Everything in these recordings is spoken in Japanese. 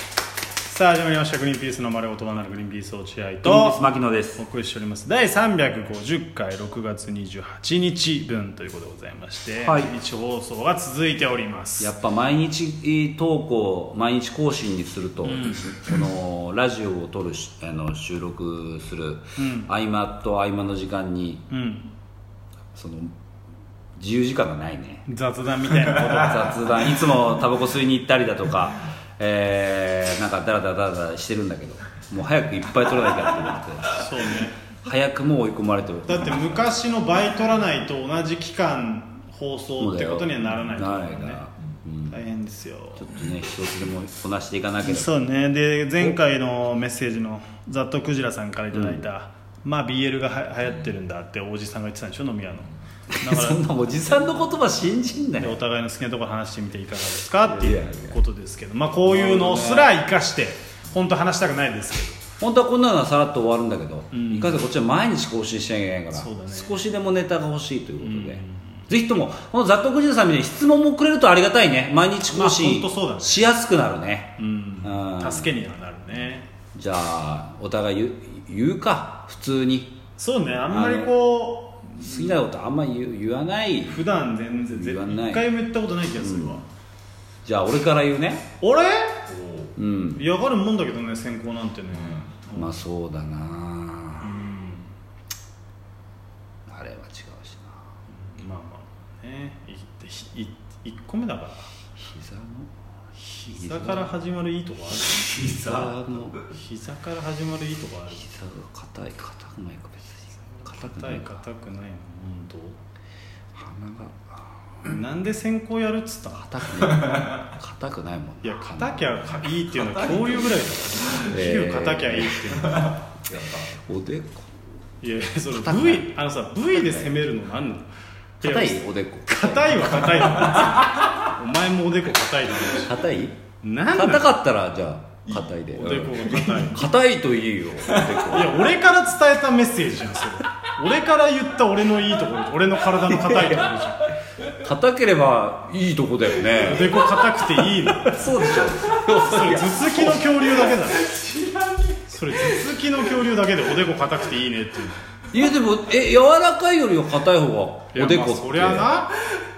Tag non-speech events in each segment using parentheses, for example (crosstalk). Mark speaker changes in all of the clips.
Speaker 1: さあ始まりました「グリーンピースの丸言葉なるグリーンピース落合」
Speaker 2: どうもです
Speaker 1: と
Speaker 2: 牧野です
Speaker 1: お送りしております第350回6月28日分ということでございまして、
Speaker 2: はい
Speaker 1: 毎日放送が続いております
Speaker 2: やっぱ毎日投稿毎日更新にすると、このラジオを撮るしあの収録する、合間と合間の時間に
Speaker 1: うん
Speaker 2: その自由時間がないね
Speaker 1: 雑談みたいな
Speaker 2: (laughs)
Speaker 1: こと
Speaker 2: 雑談いつもタバコ吸いに行ったりだとか、えー、なんかダラダラダラダラしてるんだけどもう早くいっぱい撮らなきゃって思って
Speaker 1: そうね
Speaker 2: 早くもう追い込まれてる
Speaker 1: だって昔の倍取らないと同じ期間放送ってことにはならないと
Speaker 2: な
Speaker 1: 思
Speaker 2: ら
Speaker 1: う
Speaker 2: ない
Speaker 1: ね
Speaker 2: から、うん
Speaker 1: 大変ですよ
Speaker 2: ちょっとね一つでもこなしていかなきゃ
Speaker 1: そうねで前回のメッセージのざっとクジラさんからいただいた、まあ BL がは流行ってるんだっておじさんが言ってたんでしょ飲み
Speaker 2: (laughs)
Speaker 1: 屋のだか
Speaker 2: そんなおじさんの言葉信じん
Speaker 1: ら
Speaker 2: な
Speaker 1: で
Speaker 2: よ
Speaker 1: お互いの好きなところ話してみていかがですかって
Speaker 2: い
Speaker 1: い
Speaker 2: やいうや
Speaker 1: ことですけどまあこういうのすら生かして本当話したくないですけ
Speaker 2: 本当はこんなのはさらっと終わるんだけど、いかんせんこっちは毎日更新しなきゃいけないか
Speaker 1: そう
Speaker 2: ら、
Speaker 1: だね
Speaker 2: 少しでもネタが欲しいということで、ぜひともこのざっとくじさんみたいに質問もくれるとありがたいね毎日更新
Speaker 1: まあ本当そうだね
Speaker 2: しやすくなるね、
Speaker 1: ど、うん
Speaker 2: うん
Speaker 1: 助けにはなるね
Speaker 2: じゃあお互い言う言うか普通に
Speaker 1: そうねあんまりこう
Speaker 2: 好きなことあんま言う言わない
Speaker 1: 普段全然
Speaker 2: 言わ
Speaker 1: 全
Speaker 2: ない
Speaker 1: 一回も言ったことない気がするわ、
Speaker 2: じゃあ俺から言うね
Speaker 1: 俺
Speaker 2: うん
Speaker 1: 嫌がるもんだけどね先行なんてね、
Speaker 2: まあそうだな
Speaker 1: うん
Speaker 2: あれは違うしな
Speaker 1: まあまあねいいい一個目だから
Speaker 2: 膝の
Speaker 1: 膝から始まるいいとこある
Speaker 2: 膝の
Speaker 1: 膝から始まるいいとこある
Speaker 2: 膝が硬い硬くないか別に硬くな
Speaker 1: 硬
Speaker 2: い
Speaker 1: い
Speaker 2: か
Speaker 1: 硬くないの
Speaker 2: 鼻が
Speaker 1: 本当なんで先行やるっつったの
Speaker 2: 硬くない硬くないもんない
Speaker 1: や硬きゃかいいっていうのは恐竜ぐらいだよ
Speaker 2: え
Speaker 1: 皮
Speaker 2: ー
Speaker 1: 膚硬きゃいいっていうのは
Speaker 2: おでこ
Speaker 1: いやいやそれ
Speaker 2: 硬くない
Speaker 1: V あのさ V で攻めるの何なの
Speaker 2: 硬い
Speaker 1: や
Speaker 2: おでこ
Speaker 1: 硬いは硬いわお前もおでこ硬いだろうし
Speaker 2: 硬い
Speaker 1: 何なの
Speaker 2: 硬かったらじゃあ硬いで
Speaker 1: おでこが硬い
Speaker 2: 硬いといいよおで
Speaker 1: いや俺から伝えたメッセージじゃんそれ俺から言った俺のいいところ俺の体の硬いところじゃ
Speaker 2: こ硬ければいいとこだよ
Speaker 1: んお
Speaker 2: ね
Speaker 1: でこ硬くていいの
Speaker 2: そうでしょ
Speaker 1: それ頭突きの恐竜だけだろそれ頭突きの恐竜だけでおでこ硬くていいねっていう
Speaker 2: いやでもえ柔らかいよりは硬い方がお
Speaker 1: い
Speaker 2: でこ
Speaker 1: やまあそ
Speaker 2: っ
Speaker 1: りゃ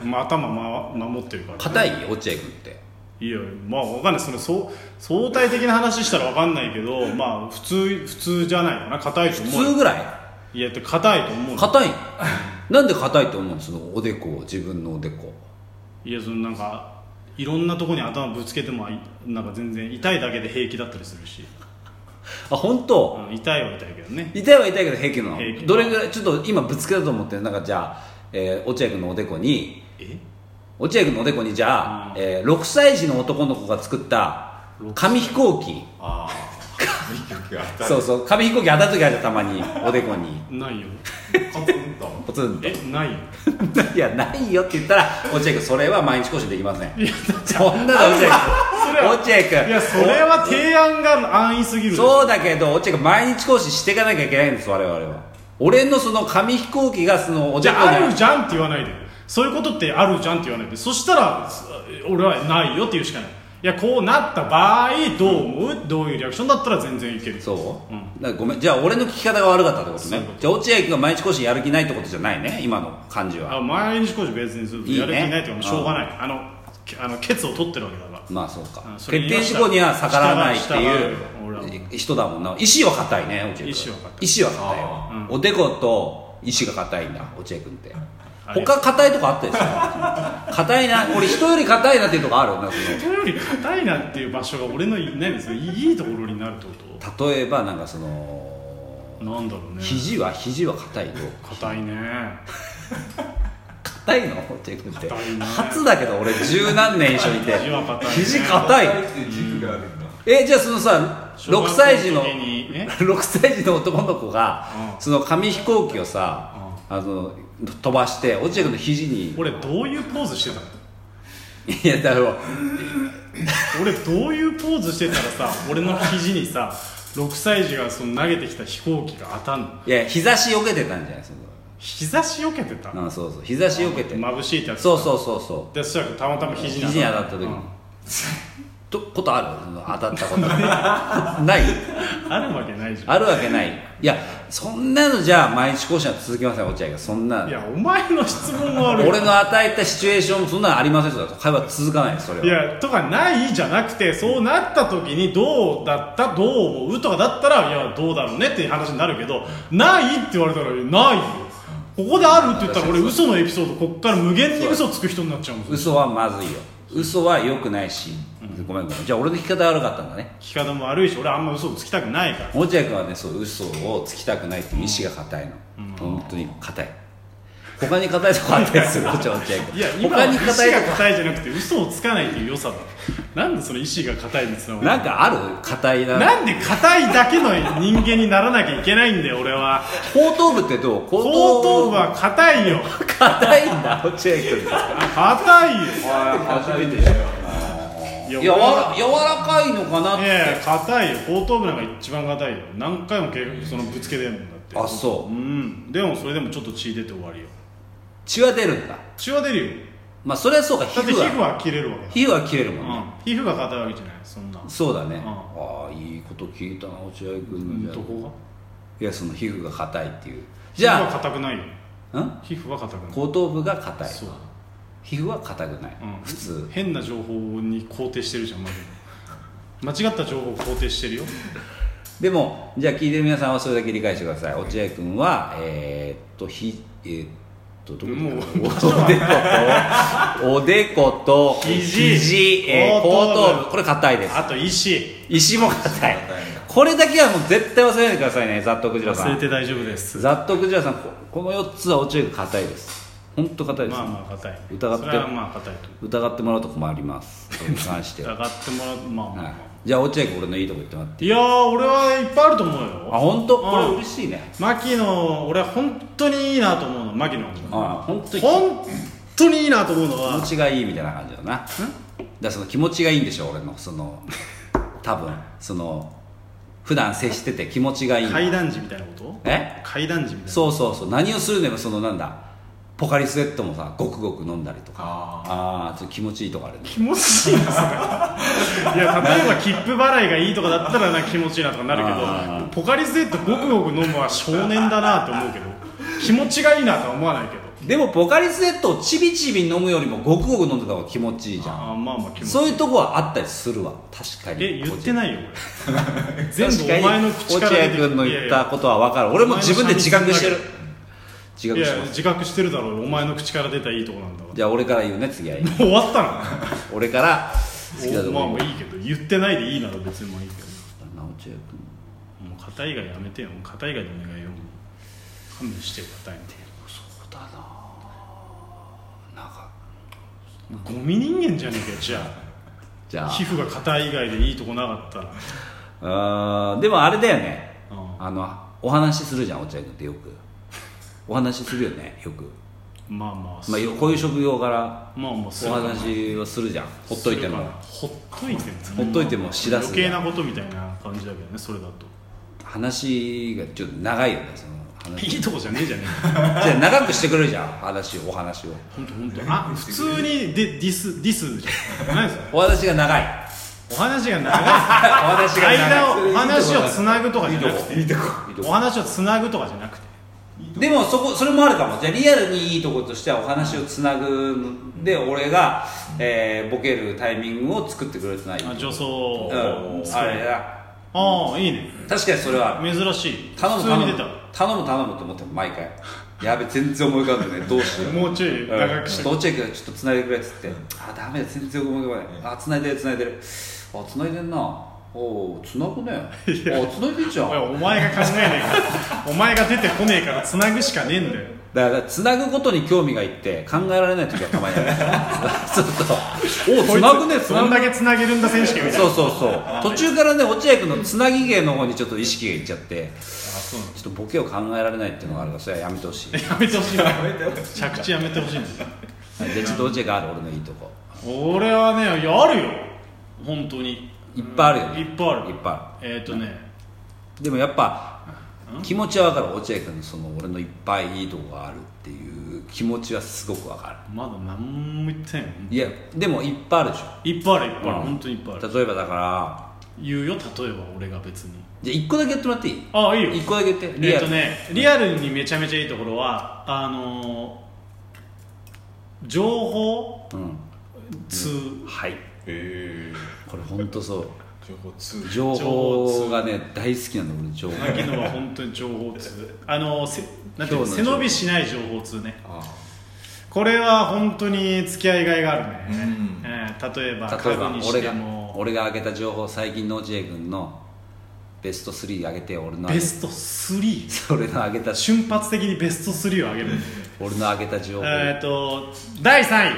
Speaker 2: て
Speaker 1: な、まあ、頭ま守ってるから
Speaker 2: 硬い落合君って
Speaker 1: いやまあわかんないそのそう相対的な話したらわかんないけどまあ普通普通じゃないかな硬いと
Speaker 2: 普
Speaker 1: 思う
Speaker 2: 通
Speaker 1: よ
Speaker 2: ぐらい
Speaker 1: いや硬いと思うよ
Speaker 2: 硬い (laughs) なんで硬いと思うのそのおでこを自分のおでこ
Speaker 1: いやそのなんかいろんなとこに頭ぶつけてもいなんか全然痛いだけで平気だったりするし、
Speaker 2: あ本当、
Speaker 1: うん痛いは痛いけどね
Speaker 2: 痛いは痛いけど平気なの
Speaker 1: 平気
Speaker 2: どれぐらいちょっと今ぶつけたと思ってなんかじゃあ、えー落合君のおでこに
Speaker 1: え
Speaker 2: 落合君のおでこにじゃあ、えー6歳児の男の子が作った紙飛行機
Speaker 3: あ
Speaker 2: (laughs)
Speaker 3: あ
Speaker 2: そうそう紙飛行機当たる時あるじゃんたまにおでこに
Speaker 1: ないよ
Speaker 3: カツンと
Speaker 2: ポツンと
Speaker 1: えないよ
Speaker 2: (laughs) いやないよって言ったら落合君それは毎日更新できませんそん
Speaker 1: (laughs)
Speaker 2: なの落合君落合君
Speaker 1: いやそれは提案が安易すぎる
Speaker 2: そうだけど落合君毎日更新していかなきゃいけないんです我々は俺のその紙飛行機がそのお
Speaker 1: じ
Speaker 2: でこ
Speaker 1: ゃああ
Speaker 2: に
Speaker 1: るじゃんって言わないでそういうことってあるじゃんって言わないでそしたらす俺はないよって言うしかないいやこうなった場合どう思う、どういうリアクションだったら全然いける
Speaker 2: そう、
Speaker 1: うん
Speaker 2: だからごめんじゃあ俺の聞き方が悪かったってこと
Speaker 1: そういう
Speaker 2: ね
Speaker 1: こと
Speaker 2: じゃあ落合君が毎日更新やる気ないってことじゃないね今の感じは
Speaker 1: あ毎日工事別にする
Speaker 2: いいね
Speaker 1: やる気ないっていうかもうしょうがないあのけあのケツを取ってるわけだから
Speaker 2: まあそう
Speaker 1: う
Speaker 2: か
Speaker 1: んそれ
Speaker 2: 決定事項には逆らわないってい
Speaker 1: 従う俺はも
Speaker 2: う人だもんな意思は硬いね落合君
Speaker 1: 意志は硬い
Speaker 2: 意志は硬いよ
Speaker 1: あ、
Speaker 2: おでこと意志が硬いんだ落合君って
Speaker 1: ありがと
Speaker 2: 他硬いとこあったでしょ硬いな俺人より硬いなっていうとこあるなんか
Speaker 1: 人より硬いなっていう場所が俺のいないんですよいいところになるってこ
Speaker 2: その例えばなんかその
Speaker 1: となんだろうね
Speaker 2: 肘は肘は硬いよ
Speaker 1: 硬いね
Speaker 2: 硬いの落合君って
Speaker 1: 硬いね
Speaker 2: 初だけど俺十何年一緒にいて
Speaker 1: 肘は硬いね
Speaker 2: 肘硬い
Speaker 3: って軸があるんだ
Speaker 2: えじゃあそのさ6歳児の
Speaker 1: 小学校時に
Speaker 2: (laughs)
Speaker 1: え
Speaker 2: 6歳児の男の子が、
Speaker 1: うん
Speaker 2: その紙飛行機をさ、あの飛ばして落合君の肘に (laughs)
Speaker 1: 俺どういうポーズしてたの
Speaker 2: いやだろ
Speaker 1: 俺どういうポーズしてたらさ俺の肘にさ6歳児がその投げてきた飛行機が当たんの
Speaker 2: いや日差し避けてたんじゃないその
Speaker 1: 日差しよけてた
Speaker 2: あそうそう日差し避けて
Speaker 1: 眩しいってやつ
Speaker 2: そうそうそうそ
Speaker 1: でそしたらたまたま
Speaker 2: う
Speaker 1: 肘
Speaker 2: 肘
Speaker 1: に
Speaker 2: に当たった時に、
Speaker 1: うん
Speaker 2: とことある当たったことない
Speaker 1: あるわけないじゃ
Speaker 2: あるわけないいやそんなのじゃあ毎日講師は続きません落合がそんなん
Speaker 1: いやお前の質問が悪い
Speaker 2: 俺の与えたシチュエーションそんなのありませんと会話続かないですそれはい
Speaker 1: やとかないじゃなくてそうなった時にどうだったどう思うとかだったらいやどうだろうねっていう話になるけどないって言われたらいやないよここであるって言ったら俺嘘のエピソードこっから無限に嘘つく人になっちゃうんですよ
Speaker 2: 嘘はまずいよ嘘は良くないし、ごめんごめんじゃあ俺の聞き方悪かったんだね
Speaker 1: 聞き方も悪いし俺あんま嘘つきたくないから
Speaker 2: 落合君はねそう嘘をつきたくないっていう意志が硬いの、本当に硬い他に硬いとこあったりす
Speaker 1: (laughs)
Speaker 2: る落合落合君
Speaker 1: いや今は
Speaker 2: 他
Speaker 1: 意
Speaker 2: に
Speaker 1: 志
Speaker 2: 硬い
Speaker 1: が
Speaker 2: と
Speaker 1: 硬いじゃなくて嘘をつかないっていう良さだなんでその意志が硬いにつなが
Speaker 2: こ
Speaker 1: る
Speaker 2: なんかある硬いな
Speaker 1: なんで硬いだけの人間にならなきゃいけないんだよ俺は
Speaker 2: 後頭部ってどう後
Speaker 1: 後頭部は硬いよ
Speaker 2: 硬いんだ落合君
Speaker 1: 硬いよ
Speaker 3: 初めてだよ
Speaker 1: い
Speaker 2: やわら柔らかいのかなっ
Speaker 1: い
Speaker 2: て
Speaker 1: やいや硬いよ後頭部なんか一番硬いよ何回もけそのぶつけてるもんだって
Speaker 2: あそううん
Speaker 1: でもそれでもちょっと血出て終わりよ
Speaker 2: 血は出るんだ
Speaker 1: 血は出るよ
Speaker 2: まあそれはそうか皮
Speaker 1: だって皮
Speaker 2: 膚
Speaker 1: 膚
Speaker 2: は
Speaker 1: は切れるわけだ
Speaker 2: 皮膚は切れるもんね、
Speaker 1: うん、皮膚が硬いわけじゃないそんな
Speaker 2: そうだね、
Speaker 1: ん
Speaker 2: ああいいこと聞いたな落合君のじゃ
Speaker 1: ど
Speaker 2: あ
Speaker 1: こが
Speaker 2: いやその皮膚が硬いっていうじゃ
Speaker 1: 皮膚は硬くないよ
Speaker 2: あん
Speaker 1: 皮膚は硬くない
Speaker 2: 後頭部が硬い
Speaker 1: そう
Speaker 2: 皮膚は硬くない、
Speaker 1: うん
Speaker 2: 普通
Speaker 1: 変な情報に肯定してるじゃんまず間違った情報を肯定してるよ
Speaker 2: でもじゃあ聞いてる皆さんはそれだけ理解してください落合君はえーっとひえーっとどこ
Speaker 1: もう (laughs)
Speaker 2: おでことおでこと
Speaker 1: 肘
Speaker 2: えー
Speaker 1: 後頭部
Speaker 2: 後頭部これ硬いです
Speaker 1: あと石
Speaker 2: 石も硬いこれだけはもう絶対忘れないでくださいねざっとくじらさ
Speaker 1: 忘れ
Speaker 2: ん
Speaker 1: て大丈夫です
Speaker 2: ざっとくじらさんここの4つは落合君硬いです本当硬いです、
Speaker 1: まあまあ硬い
Speaker 2: 疑って
Speaker 1: それはまあ硬いと
Speaker 2: 疑ってもらうと困り (laughs) ますそれに関しては、
Speaker 1: 疑ってもらうまあまあ、まあ
Speaker 2: はい、じゃあ落合君俺のいいとこ言ってもらって
Speaker 1: いやー俺はいっぱいあると思うよ
Speaker 2: あ本当これ
Speaker 1: うん
Speaker 2: 嬉しいね
Speaker 1: 牧野俺本当にいいなと思うの牧野
Speaker 2: あ本当に気
Speaker 1: 本当にいいなと思うの
Speaker 2: 持
Speaker 1: は
Speaker 2: ちがいいみたいな感じだなだからその気持ちがいいんでしょ俺のその多分その普段接してて気持ちがいい
Speaker 1: 階段時みたいなこと
Speaker 2: え
Speaker 1: 階段時みたいな
Speaker 2: そうそうそう何をするでもそのなんだポカリスエットもさごくごく飲んだりとか
Speaker 3: あ
Speaker 2: ああちょっと気持ちいいとかあるね
Speaker 1: 気持ちいいんですよいや例えば切符払いがいいとかだったらなんか気持ちいいなとかなるけどポカリスエットごくごく飲むは少年だなと思うけど気持ちがいいなとは思わないけど
Speaker 2: でもポカリスエットをちびちび飲むよりもごくごく飲んでた方が気持ちいいじゃん
Speaker 1: あーまあまあ気持ちいい
Speaker 2: そういうとこはあったりするわ確かに
Speaker 1: え言って
Speaker 2: い
Speaker 1: ないよ俺
Speaker 2: (laughs)
Speaker 1: 全部お前の口から出て
Speaker 2: 落合君の
Speaker 1: いや
Speaker 2: 言
Speaker 1: い
Speaker 2: った
Speaker 1: や
Speaker 2: ことは分かる俺も自分で自覚してる自
Speaker 1: い
Speaker 2: 覚して
Speaker 1: や
Speaker 2: ます
Speaker 1: 自覚してるだろうお前の口から出たいいとこなんだわ
Speaker 2: じゃあ俺から言うね次はいい
Speaker 1: もう終わった
Speaker 2: 俺から好きだ
Speaker 1: の
Speaker 2: と
Speaker 1: おまあ
Speaker 2: 思
Speaker 1: もう
Speaker 2: う
Speaker 1: いいけど言ってないでいいなら別にもういいけ
Speaker 2: なおちゃん君
Speaker 1: どもう肩以外やめてよもう肩以外でお願いよもう勘弁してよ肩以
Speaker 2: そうだななんか
Speaker 1: 外ゴミ人間じゃねえかよじゃ
Speaker 2: じゃ
Speaker 1: あ
Speaker 2: あ
Speaker 1: 皮膚が肩以外でいいとこなかったら
Speaker 2: あーでもあれだよね
Speaker 1: うん
Speaker 2: あのお話しするじゃんお茶屋君ってよくお話しするよねよく、
Speaker 1: まあまあ、
Speaker 2: まあ、よこういう職業から
Speaker 1: まあまあ
Speaker 2: お話をするじゃんほっといても
Speaker 1: ほっといても
Speaker 2: ほっといてもしだす
Speaker 1: 余計なことみたいな感じだけどねそれだと
Speaker 2: 話がちょっと長いよねその話
Speaker 1: いいとこじゃねえじゃねえか
Speaker 2: じゃあ長くしてくれるじゃん話をお話を
Speaker 1: 本当本当あ普通にでディスディスじゃん何ですか
Speaker 2: お話が
Speaker 1: (laughs)
Speaker 2: 長い
Speaker 1: お話が長
Speaker 2: お話
Speaker 1: い
Speaker 2: が長い
Speaker 1: 間をお話をつなぐとかじゃなくて
Speaker 2: いいとこいいと
Speaker 1: お
Speaker 2: こ
Speaker 1: 話をつなぐとかじゃなくて
Speaker 2: でもそこそれもあるかもじゃあリアルにいいところとしてはお話をつなぐので俺が、えーボケるタイミングを作ってくれてない
Speaker 1: あ
Speaker 2: う
Speaker 1: 女装
Speaker 2: んあれだ
Speaker 1: ああいいね
Speaker 2: 確かにそれはある
Speaker 1: 珍しい
Speaker 2: 頼
Speaker 1: 普
Speaker 2: む
Speaker 1: 通
Speaker 2: 頼
Speaker 1: に
Speaker 2: む
Speaker 1: 出た
Speaker 2: 頼む頼むと思っても毎回やべ全然思い浮かんでねどうしよう
Speaker 1: もうちょい長くし
Speaker 2: ちょってと落合君ちょっと繋いでくれっつって「あダメだ全然思い浮かばないあ繋いでる繋いでるあ繋いでんなおお繋ぐね
Speaker 1: (laughs)
Speaker 2: あ繋いでんじゃん
Speaker 1: おいお前が考えねえからお前が出てこねえからつなぐしかねえんだよ
Speaker 2: だから繋ぐことに興味がいって考えられない時はたまにある (laughs) ちょっとおお繋ぐね
Speaker 1: こいつ
Speaker 2: 繋
Speaker 1: どん
Speaker 2: ぐ
Speaker 1: だ
Speaker 2: ね
Speaker 1: けつなげるんだ選手権みたいな
Speaker 2: そうそうそう途中からね落合君の繋ぎ芸の方にちょっと意識がいっちゃって
Speaker 1: そうな
Speaker 2: ちょっとボケを考えられないっていうのがあるからそれはやめてほしい
Speaker 1: やめて (laughs) ほしいな
Speaker 3: やめてよ
Speaker 1: 着地やめてほしいんだよ
Speaker 2: はいじゃあちょっと落合がある俺のいいとこ
Speaker 1: 俺はねいやあるよ本当に
Speaker 2: いっぱいあるよね
Speaker 1: いっぱいある
Speaker 2: いっぱいあ
Speaker 1: えっ、とね、
Speaker 2: るでもやっぱ気持ちは分かる落合君のその俺のいっぱいいいとこがあるっていういう気持ちはすごくわか
Speaker 1: まだ何も言ってないよ
Speaker 2: るいやでもいっぱいあるでしょ
Speaker 1: いっぱいあるいっぱいある、
Speaker 2: うん
Speaker 1: 本当にいっぱいある
Speaker 2: 例えばだから
Speaker 1: 言うよ例えば俺が別に
Speaker 2: じゃあ1個だけやってもらっていい
Speaker 1: ああいいよ
Speaker 2: 1個だけ言ってリ
Speaker 1: え
Speaker 2: ア
Speaker 1: っ
Speaker 2: ル、
Speaker 1: とねリアルにめちゃめちゃいいところはあのー情報
Speaker 2: うん、
Speaker 1: 通、
Speaker 2: はい
Speaker 3: え
Speaker 2: これ本
Speaker 1: (laughs)
Speaker 2: 当そう
Speaker 3: ー、情報通
Speaker 2: 情報がね大好きなんだ俺情報
Speaker 1: 牧野は本当に情報通あのせなんていう
Speaker 2: 今日の情
Speaker 1: の背
Speaker 2: 報
Speaker 1: 伸びしない情報通ね
Speaker 3: ああ
Speaker 1: これは本当に付き合いがいがあるね、
Speaker 3: うん
Speaker 1: えー例えば
Speaker 2: 例えば
Speaker 1: 家具にし
Speaker 2: 俺
Speaker 1: て
Speaker 2: が
Speaker 1: も
Speaker 2: 俺が上げた情報最近の落合君のベスト3上げて俺の上
Speaker 1: ベ
Speaker 2: げ
Speaker 1: スト3
Speaker 2: (laughs) それの上げた
Speaker 1: 瞬発的にベスト3を上げる
Speaker 2: 俺の上げた情報、
Speaker 1: えっと第3位
Speaker 2: う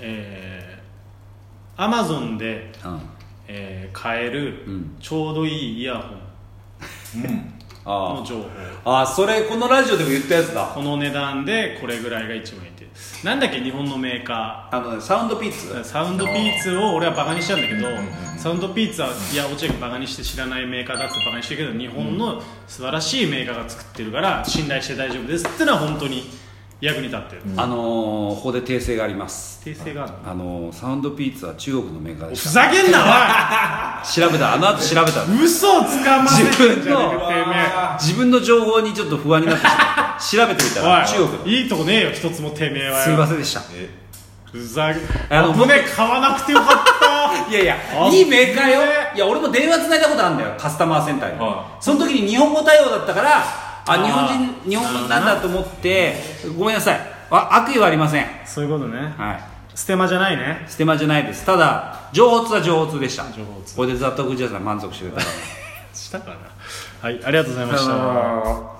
Speaker 1: えー、アマゾンで、
Speaker 2: んうん
Speaker 1: えー買える、
Speaker 2: うん
Speaker 1: ちょうどいいイヤホン
Speaker 3: うん
Speaker 1: の
Speaker 2: あ
Speaker 1: 情報
Speaker 2: ああそれこのラジオでも言ったやつだ
Speaker 1: この値段でこれぐらいが一番いいってなんだっけ日本のメーカ
Speaker 2: あのねサウンドピー
Speaker 1: ー
Speaker 2: ツ
Speaker 1: サウンドピーツを俺はバカにしちゃうんだけど
Speaker 3: ん
Speaker 1: サウンドピーツはいや落合君バカにして知らないメーカーだってバカにしてるけど日本の素晴らしいメーカーが作ってるから信頼して大丈夫ですってのは本当に役に立ってる
Speaker 2: あのー、ここで訂正があります
Speaker 1: 訂正があるの
Speaker 2: あのー、サウンドピーツは中国のメーカーで
Speaker 1: おふ
Speaker 2: し
Speaker 1: ざけんな
Speaker 2: た調べたあの後調べた
Speaker 1: おい嘘をつかませてんじゃねえ
Speaker 2: 自分の
Speaker 1: かてめえ
Speaker 2: 自分の情報にちょっと不安になってしまった調べてみたら中
Speaker 1: お
Speaker 2: 国
Speaker 1: いいいとこねえよ一つもてめえは
Speaker 2: すいま
Speaker 1: よ
Speaker 2: せんでした
Speaker 3: え
Speaker 1: ふざけ
Speaker 2: あの
Speaker 1: あね買わなくてよかった
Speaker 2: いやい
Speaker 1: あ
Speaker 2: や、いいメーカーよ
Speaker 1: ね。
Speaker 2: いや、俺も電話つないだことあるんだよ、カスタマーセンターに。
Speaker 3: は
Speaker 2: その時に日本語対応だったから、あ、
Speaker 1: ー
Speaker 2: 日本人、日本語なんだと思って、ごめんなさい。あ悪意はありません。
Speaker 1: そういうことね
Speaker 2: はい。
Speaker 1: ステマじゃないね
Speaker 2: ステマじゃないです。ただ、情報通は情報通でした。
Speaker 1: 情報通
Speaker 2: これでザットグジャズは満足してくれた。
Speaker 1: したかなはいありがとうございました
Speaker 2: あのー